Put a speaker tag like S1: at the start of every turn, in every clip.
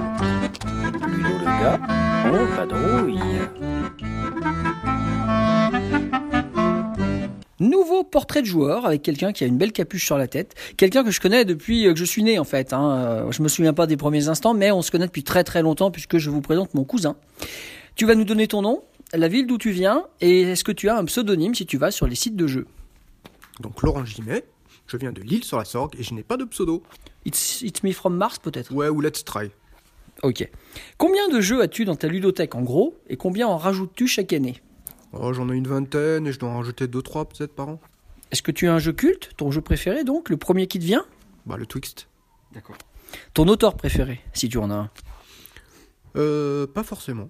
S1: Ludo le gars, on vadrouille. Nouveau portrait de joueur avec quelqu'un qui a une belle capuche sur la tête, quelqu'un que je connais depuis euh, que je suis né en fait. Hein. Euh, Je me souviens pas des premiers instants, mais on se connaît depuis très très longtemps puisque je vous présente mon cousin. Tu vas nous donner ton nom, la ville d'où tu viens et est-ce que tu as un pseudonyme si tu vas sur les sites de jeux.
S2: Donc Laurent Gimet, je viens de Lille sur la Sorgue et je n'ai pas de pseudo.
S1: It's, it's me from Mars peut-être.
S2: Ouais, ou Let's Try.
S1: Ok. Combien de jeux as-tu dans ta ludothèque en gros et combien en rajoutes-tu chaque année
S2: Oh, j'en ai une vingtaine et je dois en jeter deux, trois peut-être par an.
S1: Est-ce que tu as un jeu culte, ton jeu préféré donc, le premier qui te vient
S2: Bah, le Twixt.
S1: Ton auteur préféré, si tu en as un.
S2: Euh, pas forcément.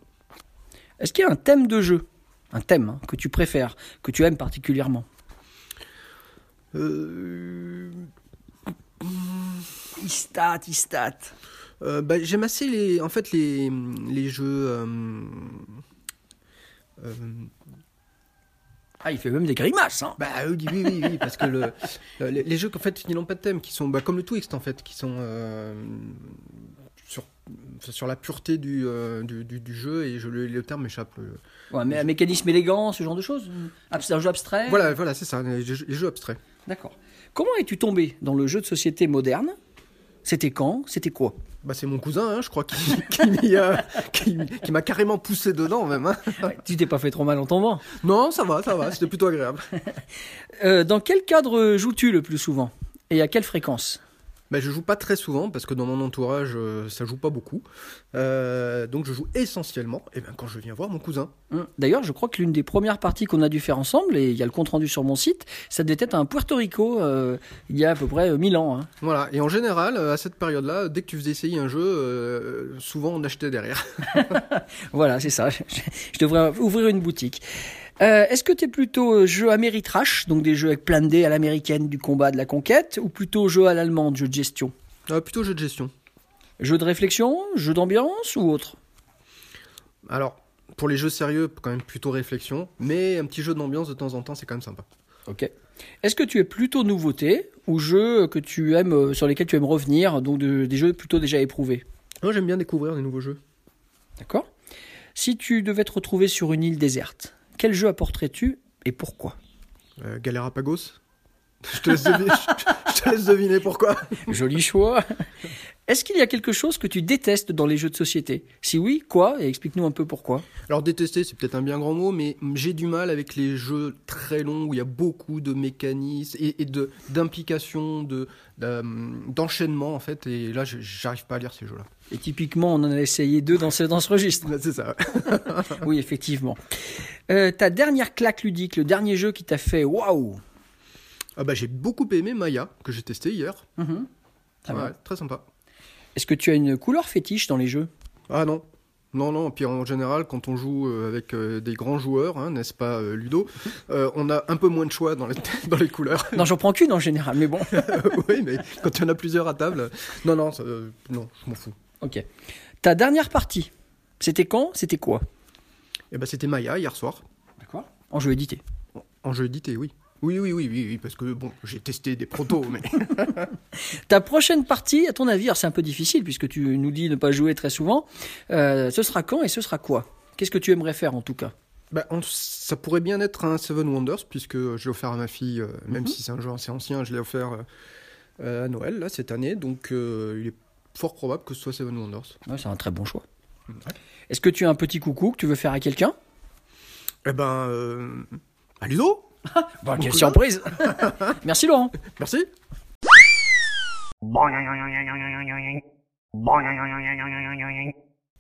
S1: Est-ce qu'il y a un thème de jeu Un thème hein, que tu préfères, que tu aimes particulièrement
S2: Euh,
S1: Istat, Istat.
S2: euh, bah, j'aime assez les, en fait, les, les jeux. euh, euh,
S1: Ah, il fait même des grimaces, hein
S2: bah oui, oui, oui, oui, parce que le, euh, les, les jeux qu'en fait ils n'ont pas de thème, qui sont bah, comme le Twixt en fait, qui sont euh, sur, sur la pureté du, euh, du, du- du jeu et je, le, le terme m'échappe. euh, le-
S1: Ouais, mais un mécanisme élégant, ce genre de choses Abs- Un jeu abstrait
S2: Voilà, voilà, c'est ça, les jeux, les jeux abstraits.
S1: D'accord. Comment es-tu tombé dans le jeu de société moderne C'était quand C'était quoi
S2: Bah, c'est mon cousin, hein, je crois, qui, qui m'y a- qui- qui m'a carrément poussé dedans même. hein.
S1: Tu t'es pas fait trop mal en tombant.
S2: Non, ça va, ça va, c'était plutôt agréable.
S1: Euh, dans quel cadre joues-tu le plus souvent Et à quelle fréquence
S2: Bah, je joue pas très souvent parce que dans mon entourage, euh, ça joue pas beaucoup. Euh, donc je joue essentiellement eh ben, quand je viens voir mon cousin.
S1: Hum. D'ailleurs, je crois que l'une des premières parties qu'on a dû faire ensemble, et il y a le compte-rendu sur mon site, ça devait être un Puerto Rico euh, il y a à peu près euh, 1000 ans. hein.
S2: Voilà, et en général, euh, à cette période-là, dès que tu faisais essayer un jeu, euh, souvent on achetait derrière.
S1: Voilà, c'est ça. Je, je devrais ouvrir une boutique. Euh, Est-ce que tu es plutôt euh, jeu Ameritrash, donc des jeux avec plein de dés à l'américaine, du combat, de la conquête, ou plutôt jeu à l'allemande, jeu de gestion
S2: Euh, plutôt jeu de gestion.
S1: Jeu de réflexion, jeu d'ambiance ou autre
S2: Alors, pour les jeux sérieux, quand même plutôt réflexion, mais un petit jeu d'ambiance de temps en temps, c'est quand même sympa.
S1: Ok. Est-ce que tu es plutôt nouveauté ou jeu que tu aimes, euh, sur lesquels tu aimes revenir, donc de- des jeux plutôt déjà éprouvés
S2: Moi j'aime bien découvrir des nouveaux jeux.
S1: D'accord Si tu devais te retrouver sur une île déserte, quel jeu apporterais-tu et pourquoi
S2: Euh, Galerapagos je te, laisse deviner, je te laisse deviner pourquoi.
S1: Joli choix. Est-ce qu'il y a quelque chose que tu détestes dans les jeux de société Si oui, quoi Et explique-nous un peu pourquoi.
S2: Alors détester, c'est peut-être un bien grand mot, mais j'ai du mal avec les jeux très longs où il y a beaucoup de mécanismes et, et de d'implications, de d'am- d'enchaînement en fait. Et là, je- j'arrive pas à lire ces jeux-là.
S1: Et typiquement, on en a essayé deux dans ce, dans ce registre.
S2: Ouais, C'est ça.
S1: Oui, effectivement. Euh, ta dernière claque ludique, le dernier jeu qui t'a fait waouh
S2: Ah bah j'ai beaucoup aimé Maya que j'ai testé hier.
S1: Mhm. Très bien.
S2: Ah Ouais, très sympa.
S1: Est-ce que tu as une couleur fétiche dans les jeux
S2: Ah non. Non, non, puis en général, quand on joue euh, avec euh, des grands joueurs, hein, n'est-ce pas euh, Ludo, euh, on a un peu moins de choix dans les, dans les couleurs.
S1: Non, j'en prends qu'une en général, mais bon.
S2: oui, mais quand il y en a plusieurs à table, non, non, ça, euh, non, je m'en fous.
S1: Ok. Ta dernière partie, c'était quand C'était quoi
S2: Et ben c'était Maya hier soir,
S1: D'accord. En jeu édité.
S2: en jeu édité, oui. Oui, oui, oui, oui, oui, parce que bon, j'ai testé des protos, mais
S1: Ta prochaine partie, à ton avis, alors c'est un peu difficile puisque tu nous dis ne pas jouer très souvent, euh, ce sera quand et ce sera quoi Qu'est-ce que tu aimerais faire en tout cas
S2: bah, on- ça pourrait bien être un Seven Wonders, puisque je l'ai offert à ma fille, euh, même si c'est un jeu assez ancien, je l'ai offert euh, euh, à Noël, là, cette année, donc euh, il est fort probable que ce soit Seven Wonders.
S1: Ouais, C'est un très bon choix. Est-ce que tu as un petit coucou que tu veux faire à quelqu'un
S2: Eh ben, euh, à Ludo
S1: Bah, Quelle
S2: coucou.
S1: surprise Merci Laurent
S2: Merci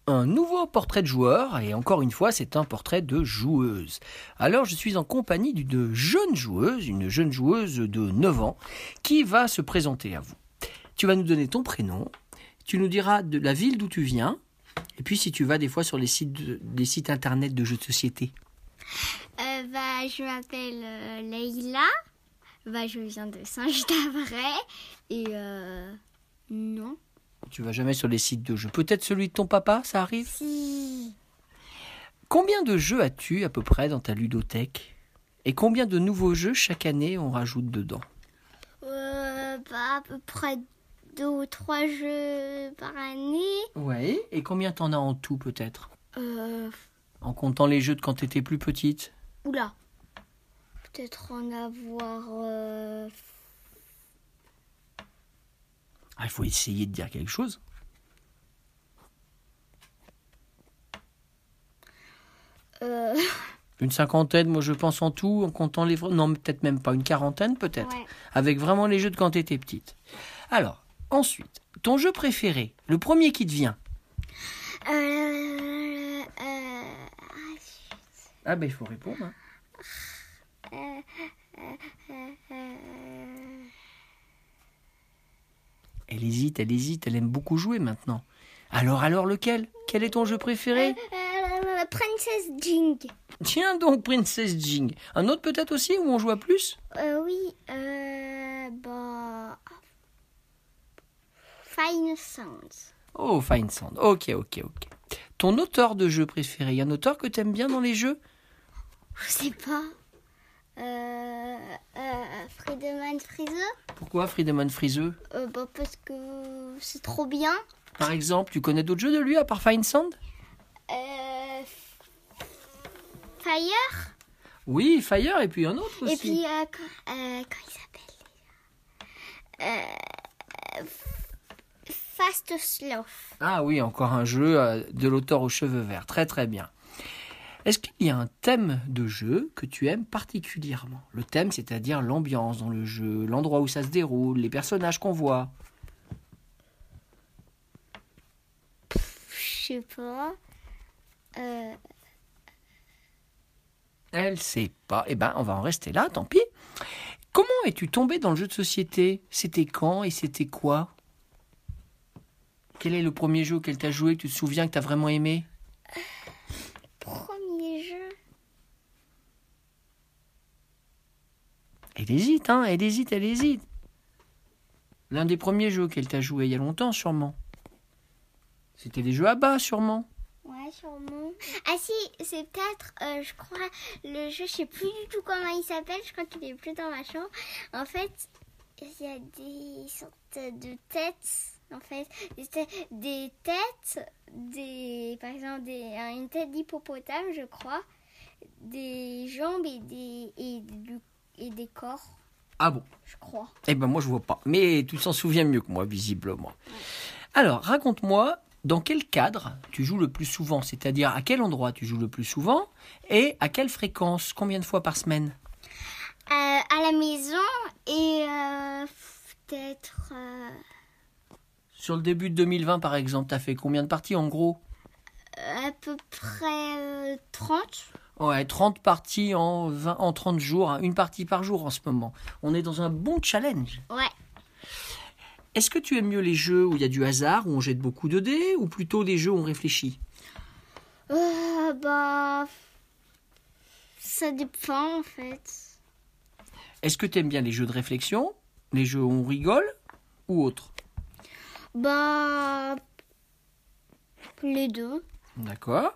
S1: Un nouveau portrait de joueur, et encore une fois, c'est un portrait de joueuse. Alors, je suis en compagnie d'une jeune joueuse, une jeune joueuse de 9 ans, qui va se présenter à vous. Tu vas nous donner ton prénom, tu nous diras de la ville d'où tu viens, et puis si tu vas des fois sur les sites, de- des sites internet de jeux de société.
S3: Euh, bah, je m'appelle euh, Leïla. Bah, je viens de Saint-Gidavray. Et euh, non.
S1: Tu vas jamais sur les sites de jeux. Peut-être celui de ton papa, ça arrive
S3: Si.
S1: Combien de jeux as-tu à peu près dans ta ludothèque Et combien de nouveaux jeux chaque année on rajoute dedans
S3: Euh, bah, à peu près deux ou trois jeux par année.
S1: Ouais. Et combien t'en as en tout peut-être
S3: Euh,
S1: En comptant les jeux de quand t'étais plus petite
S3: oula. Peut-être en avoir. euh,
S1: Ah, il faut essayer de dire quelque chose.
S3: euh,
S1: Une cinquantaine, moi je pense en tout, en comptant les... vrais- Non, peut-être même pas, une quarantaine peut-être.
S3: ouais.
S1: avec vraiment les jeux de quand t'étais petite. Alors, ensuite, ton jeu préféré, le premier qui te vient.
S3: Euh, euh,
S1: Ah ben il faut répondre. hein.
S3: euh,
S1: Elle hésite, elle hésite, elle aime beaucoup jouer maintenant. Alors, alors lequel Quel est ton jeu préféré
S3: euh, Princess Jing.
S1: Tiens donc, Princess Jing. Un autre peut-être aussi où on joue à plus
S3: Euh, oui, euh, bah. Fine Sounds.
S1: Oh, Fine Sand. Ok, ok, ok. Ton auteur de jeu préféré, il y a un auteur que t'aimes bien dans les jeux
S3: Je sais pas. Euh, euh, Friedemann Friese.
S1: Pourquoi Friedemann Friese
S3: Euh, bah, parce que c'est trop bien.
S1: Par exemple, tu connais d'autres jeux de lui à part Fine Sand
S3: Euh, Fire.
S1: Oui, Fire et puis un autre aussi.
S3: Et puis, euh, quand, euh, quand il s'appelle déjà Euh, Fast Sloth.
S1: Ah oui, encore un jeu euh, de l'auteur aux cheveux verts. Très très bien. Est-ce qu'il y a un thème de jeu que tu aimes particulièrement Le thème, c'est-à-dire l'ambiance dans le jeu, l'endroit où ça se déroule, les personnages qu'on voit.
S3: Je sais pas. Euh,
S1: Elle sait pas. Eh ben, on va en rester là, tant pis. Comment es-tu tombé dans le jeu de société C'était quand et c'était quoi Quel est le premier jeu auquel t'as joué que tu te souviens que t'as vraiment aimé
S3: premier jeu.
S1: Elle hésite, hein, elle hésite, elle hésite. L'un des premiers jeux auxquels t'as joué il y a longtemps, sûrement. C'était les jeux à bas, sûrement.
S3: Ouais, sûrement. Ah si, c'est peut-être, euh, je crois, le jeu, je sais plus du tout comment il s'appelle, je crois qu'il est plus dans ma chambre. En fait, il y a des sortes de têtes, en fait, des tê- des têtes, des, par exemple, des, euh, une tête d'hippopotame, je crois, des jambes et des, et, du- et des corps,
S1: Ah bon
S3: je crois.
S1: Eh ben moi je vois pas. Mais tu t'en souviens mieux que moi, visiblement. Alors, raconte-moi, dans quel cadre tu joues le plus souvent C'est-à-dire à quel endroit tu joues le plus souvent et à quelle fréquence Combien de fois par semaine
S3: Euh, à la maison et euh, peut-être... euh,
S1: Sur le début de 2020, par exemple, t'as fait combien de parties en gros
S3: à peu près euh, 30.
S1: Ouais, 30 parties en, 20 en 30 jours, hein, une partie par jour en ce moment. On est dans un bon challenge.
S3: Ouais.
S1: Est-ce que tu aimes mieux les jeux où il y a du hasard, où on jette beaucoup de dés, ou plutôt des jeux où on réfléchit
S3: Euh, bah. Ça dépend en fait.
S1: Est-ce que tu aimes bien les jeux de réflexion, les jeux où on rigole, ou autres
S3: Bah. Les deux.
S1: D'accord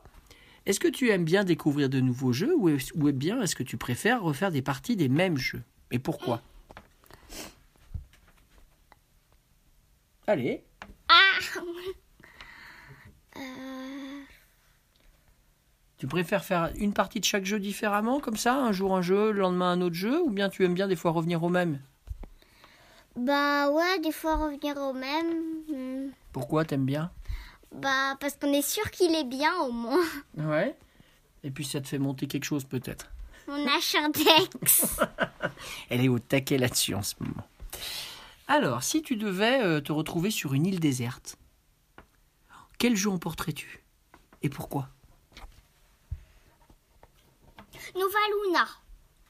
S1: Est-ce que tu aimes bien découvrir de nouveaux jeux, ou est- ou bien est-ce que tu préfères refaire des parties des mêmes jeux Et pourquoi Allez
S3: Euh,
S1: Tu préfères faire une partie de chaque jeu différemment, comme ça, un jour un jeu, le lendemain un autre jeu, ou bien tu aimes bien des fois revenir au même
S3: bah ouais, des fois revenir au même. hmm.
S1: Pourquoi t'aimes bien
S3: Bah, parce qu'on est sûr qu'il est bien au moins.
S1: Ouais. Et puis ça te fait monter quelque chose peut-être.
S3: On lâche un texte.
S1: Elle est au taquet là-dessus en ce moment. Alors, si tu devais euh, te retrouver sur une île déserte, quel jeu emporterais-tu Et pourquoi
S3: Nova Luna.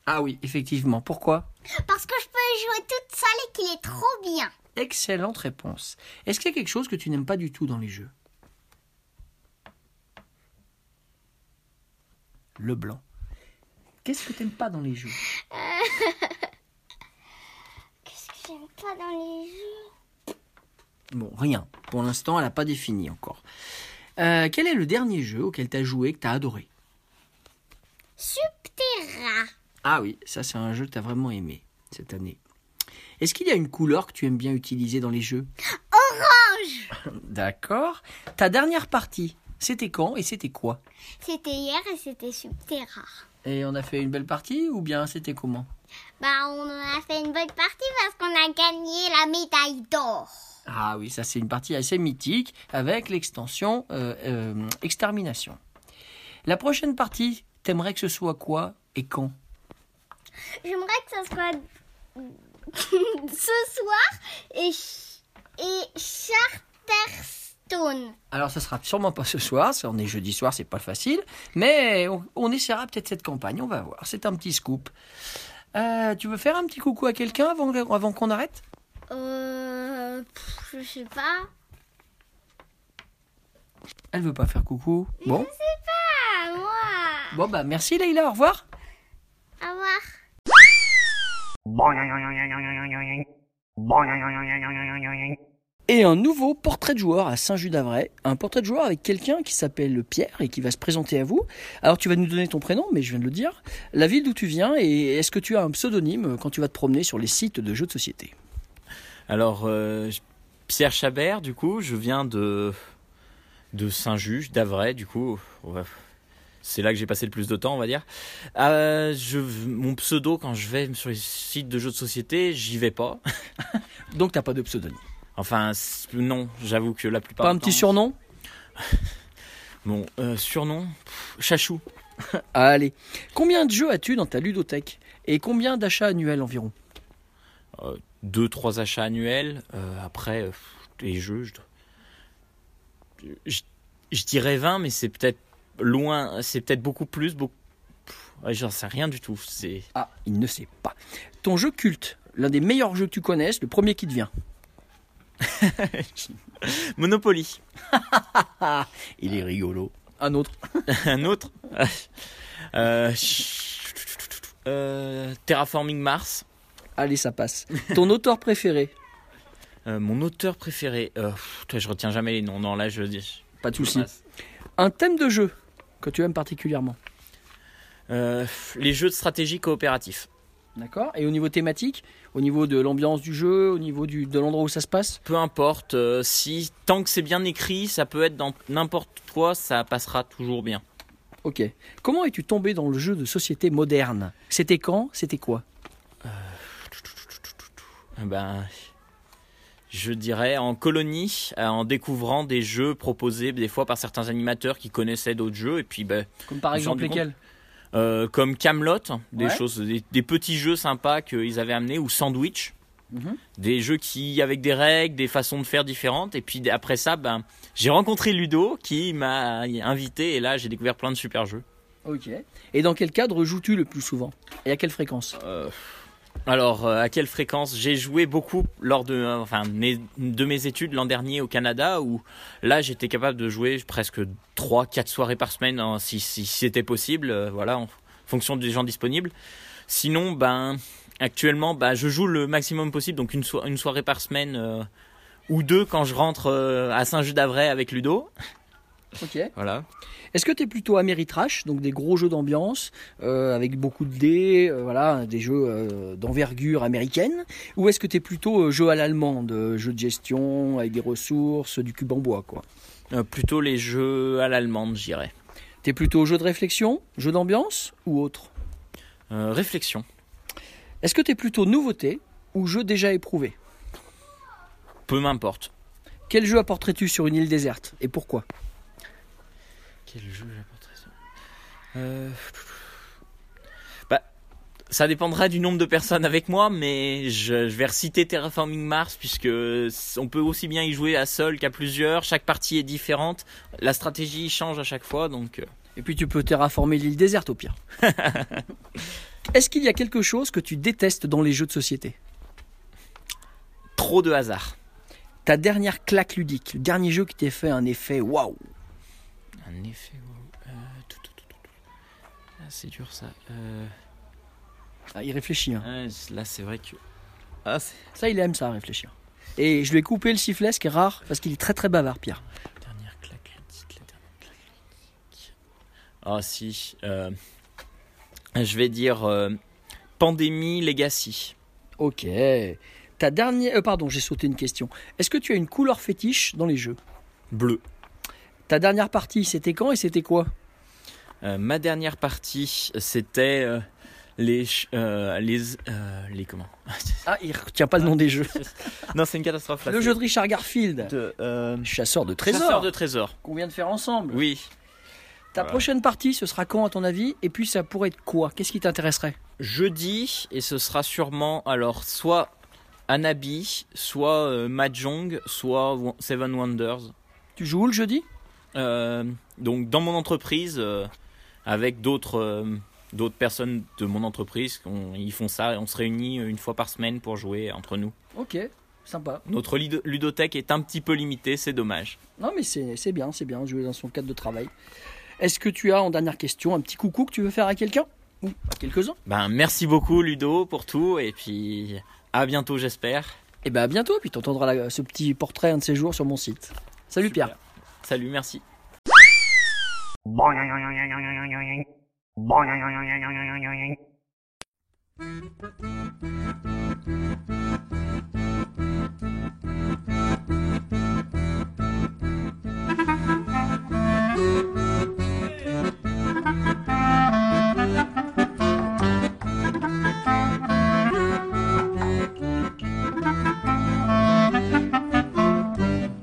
S1: Ah oui, effectivement, pourquoi
S3: Parce que je peux y jouer toute seule et qu'il est trop bien.
S1: Excellente réponse. Est-ce qu'il y a quelque chose que tu n'aimes pas du tout dans les jeux Le blanc. Qu'est-ce que tu n'aimes pas dans les jeux
S3: Qu'est-ce que j'aime pas dans les jeux
S1: Bon, rien. Pour l'instant, elle n'a pas défini encore. Euh, quel est le dernier jeu auquel tu as joué que tu as adoré
S3: Subterra.
S1: Ah oui, ça c'est un jeu que tu as vraiment aimé cette année. Est-ce qu'il y a une couleur que tu aimes bien utiliser dans les jeux Orange D'accord. Ta dernière partie, c'était quand et c'était quoi
S3: C'était hier et c'était Subterra.
S1: Et on a fait une belle partie ou bien c'était comment
S3: Bah, on en a fait une bonne partie parce qu'on a gagné la médaille d'or.
S1: Ah oui, ça c'est une partie assez mythique avec l'extension euh, euh, extermination. La prochaine partie, t'aimerais que ce soit quoi et quand
S3: J'aimerais que ça soit ce soir et, ch- et Charterstone.
S1: Alors, ça sera sûrement pas ce soir. ça, On est jeudi soir, c'est pas facile. Mais on, on essaiera peut-être cette campagne. On va voir. C'est un petit scoop. Euh, tu veux faire un petit coucou à quelqu'un avant, avant qu'on arrête
S3: Euh, pff, je sais pas.
S1: Elle veut pas faire coucou. Bon.
S3: Ah, moi.
S1: Bon, bah, merci Leïla. Au revoir.
S3: Au revoir.
S1: Et un nouveau portrait de joueur à Saint-Just-d'Avray. Un portrait de joueur avec quelqu'un qui s'appelle Pierre et qui va se présenter à vous. Alors, tu vas nous donner ton prénom, mais je viens de le dire. La ville d'où tu viens et est-ce que tu as un pseudonyme quand tu vas te promener sur les sites de jeux de société
S4: Alors, euh, je- Pierre Chabert, du coup, je viens de, de Saint-Just, d'Avray, du coup. Ouais. C'est là que j'ai passé le plus de temps, on va dire. Euh, je, mon pseudo, quand je vais sur les sites de jeux de société, j'y vais pas.
S1: Donc, t'as pas de pseudonyme.
S4: Enfin, c'est- non, j'avoue que la plupart
S1: Pas
S4: du
S1: un petit
S4: temps-
S1: surnom
S4: Bon, euh, surnom Pff, Chachou.
S1: Ah, Allez, combien de jeux as-tu dans ta ludothèque Et combien d'achats annuels environ
S4: Deux, trois achats annuels. euh, après, euh, pff, les jeux, je, dois- je, je dirais 20, mais c'est peut-être loin, c'est peut-être beaucoup plus. Beaucoup, pff, ouais, j'en sais rien du tout. C'est
S1: Ah, il ne sait pas. Ton jeu culte, l'un des meilleurs jeux que tu connaisses, le premier qui te vient.
S4: Monopoly.
S1: Il est rigolo. Un autre.
S4: Un autre. Euh, euh, Terraforming Mars.
S1: Allez, ça passe. Ton auteur préféré
S4: Euh, mon auteur préféré. Euh, pff, toi, je retiens jamais les noms. Non, là, je dis.
S1: Pas de souci. Un thème de jeu que tu aimes particulièrement.
S4: Euh, pff, les jeux de stratégie coopératif.
S1: D'accord Et au niveau thématique, au niveau de l'ambiance du jeu, au niveau du, de l'endroit où ça se passe
S4: Peu importe, euh, si tant que c'est bien écrit, ça peut être dans n'importe quoi, ça passera toujours bien.
S1: Ok. Comment es-tu tombé dans le jeu de société moderne C'était quand C'était quoi
S4: Eh Ben, je dirais en colonie, euh, en découvrant des jeux proposés des fois par certains animateurs qui connaissaient d'autres jeux, et puis ben,
S1: Comme par
S4: Je me suis
S1: exemple
S4: rendu
S1: lesquels
S4: euh, comme Camelot, des
S1: Ouais.
S4: choses, des, des petits jeux sympas qu'ils avaient amenés, ou Sandwich,
S1: Mhm.
S4: des jeux qui avec des règles, des façons de faire différentes. Et puis après ça, ben, j'ai rencontré Ludo qui m'a invité, et là j'ai découvert plein de super jeux.
S1: Ok. Et dans quel cadre joues-tu le plus souvent Et à quelle fréquence
S4: Euh, alors, euh, à quelle fréquence J'ai joué beaucoup lors de, euh, enfin, mes- de mes études l'an dernier au Canada, où là j'étais capable de jouer presque 3-4 soirées par semaine, hein, si, si- si c'était possible, euh, voilà, en fonction des gens disponibles. Sinon, ben, actuellement, ben, je joue le maximum possible, donc une, so- une soirée par semaine euh, ou deux quand je rentre euh, à Saint-Just-d'Avray avec Ludo.
S1: Ok.
S4: Voilà.
S1: Est-ce que tu es plutôt Ameritrash, donc des gros jeux d'ambiance, euh, avec beaucoup de dés, euh, voilà, des jeux euh, d'envergure américaine, ou est-ce que tu es plutôt euh, jeu à l'allemande, euh, jeu de gestion, avec des ressources, du cube en bois, quoi
S4: Euh, plutôt les jeux à l'allemande, j'irais.
S1: Tu es plutôt jeu de réflexion, jeu d'ambiance, ou autre
S4: Euh, réflexion.
S1: Est-ce que tu es plutôt nouveauté, ou jeu déjà éprouvé
S4: Peu m'importe.
S1: Quel jeu apporterais-tu sur une île déserte, et pourquoi
S4: Quel jeu j'apporterais ça Euh, Bah, ça dépendra du nombre de personnes avec moi, mais je, je vais reciter Terraforming Mars puisque s- on peut aussi bien y jouer à seul qu'à plusieurs. Chaque partie est différente, la stratégie change à chaque fois, donc euh,
S1: Et puis tu peux terraformer l'île déserte au pire. est-ce qu'il y a quelque chose que tu détestes dans les jeux de société
S4: trop de hasard.
S1: Ta dernière claque ludique, le dernier jeu qui t'ait fait un effet waouh.
S4: Un effet. waouh. Euh, tout, tout, tout, tout, tout. Ah, C'est dur ça. Euh,
S1: Ah, il réfléchit. hein.
S4: ah, là, c'est vrai que. Ah, c'est-
S1: Ça, il aime ça, réfléchir. Et je lui ai coupé le sifflet, ce qui est rare, parce qu'il est très très bavard, Pierre.
S4: Dernière claque, la petite, la dernière claque. Ah si. euh, je vais dire euh, Pandémie Legacy.
S1: Ok. Ta dernière. euh, pardon, j'ai sauté une question. Est-ce que tu as une couleur fétiche dans les jeux
S4: Bleu.
S1: Ta dernière partie, c'était quand et c'était quoi
S4: Euh, ma dernière partie, c'était euh, les, ch- euh, les, euh, les comment
S1: Ah, il retient pas le nom des jeux.
S4: Non, c'est une catastrophe. Là,
S1: Le
S4: c'est-
S1: jeu de Richard Garfield.
S4: de euh,
S1: Chasseur de
S4: chasseur
S1: trésors.
S4: de trésors.
S1: Qu'on vient de faire ensemble.
S4: Oui.
S1: Ta
S4: Voilà.
S1: prochaine partie, ce sera quand à ton avis Et puis ça pourrait être quoi Qu'est-ce qui t'intéresserait
S4: Jeudi et ce sera sûrement alors soit Anabi, soit euh, Mahjong, soit Wo- Seven Wonders.
S1: Tu joues où le jeudi
S4: Euh, donc dans mon entreprise euh, avec d'autres euh, d'autres personnes de mon entreprise, on- ils font ça, on se réunit euh, une fois par semaine pour jouer entre nous.
S1: Ok, sympa.
S4: Notre lido- ludothèque est un petit peu limitée, c'est dommage.
S1: Non mais c'est c'est bien, c'est bien, de jouer dans son cadre de travail. Est-ce que tu as, en dernière question, un petit coucou que tu veux faire à quelqu'un Ou à quelques-uns
S4: Ben merci beaucoup Ludo pour tout et puis à bientôt j'espère.
S1: Eh bien à bientôt, puis tu entendras la- ce petit portrait un de ces jours sur mon site. Salut Pierre
S4: Super. Salut, merci.
S5: Boing.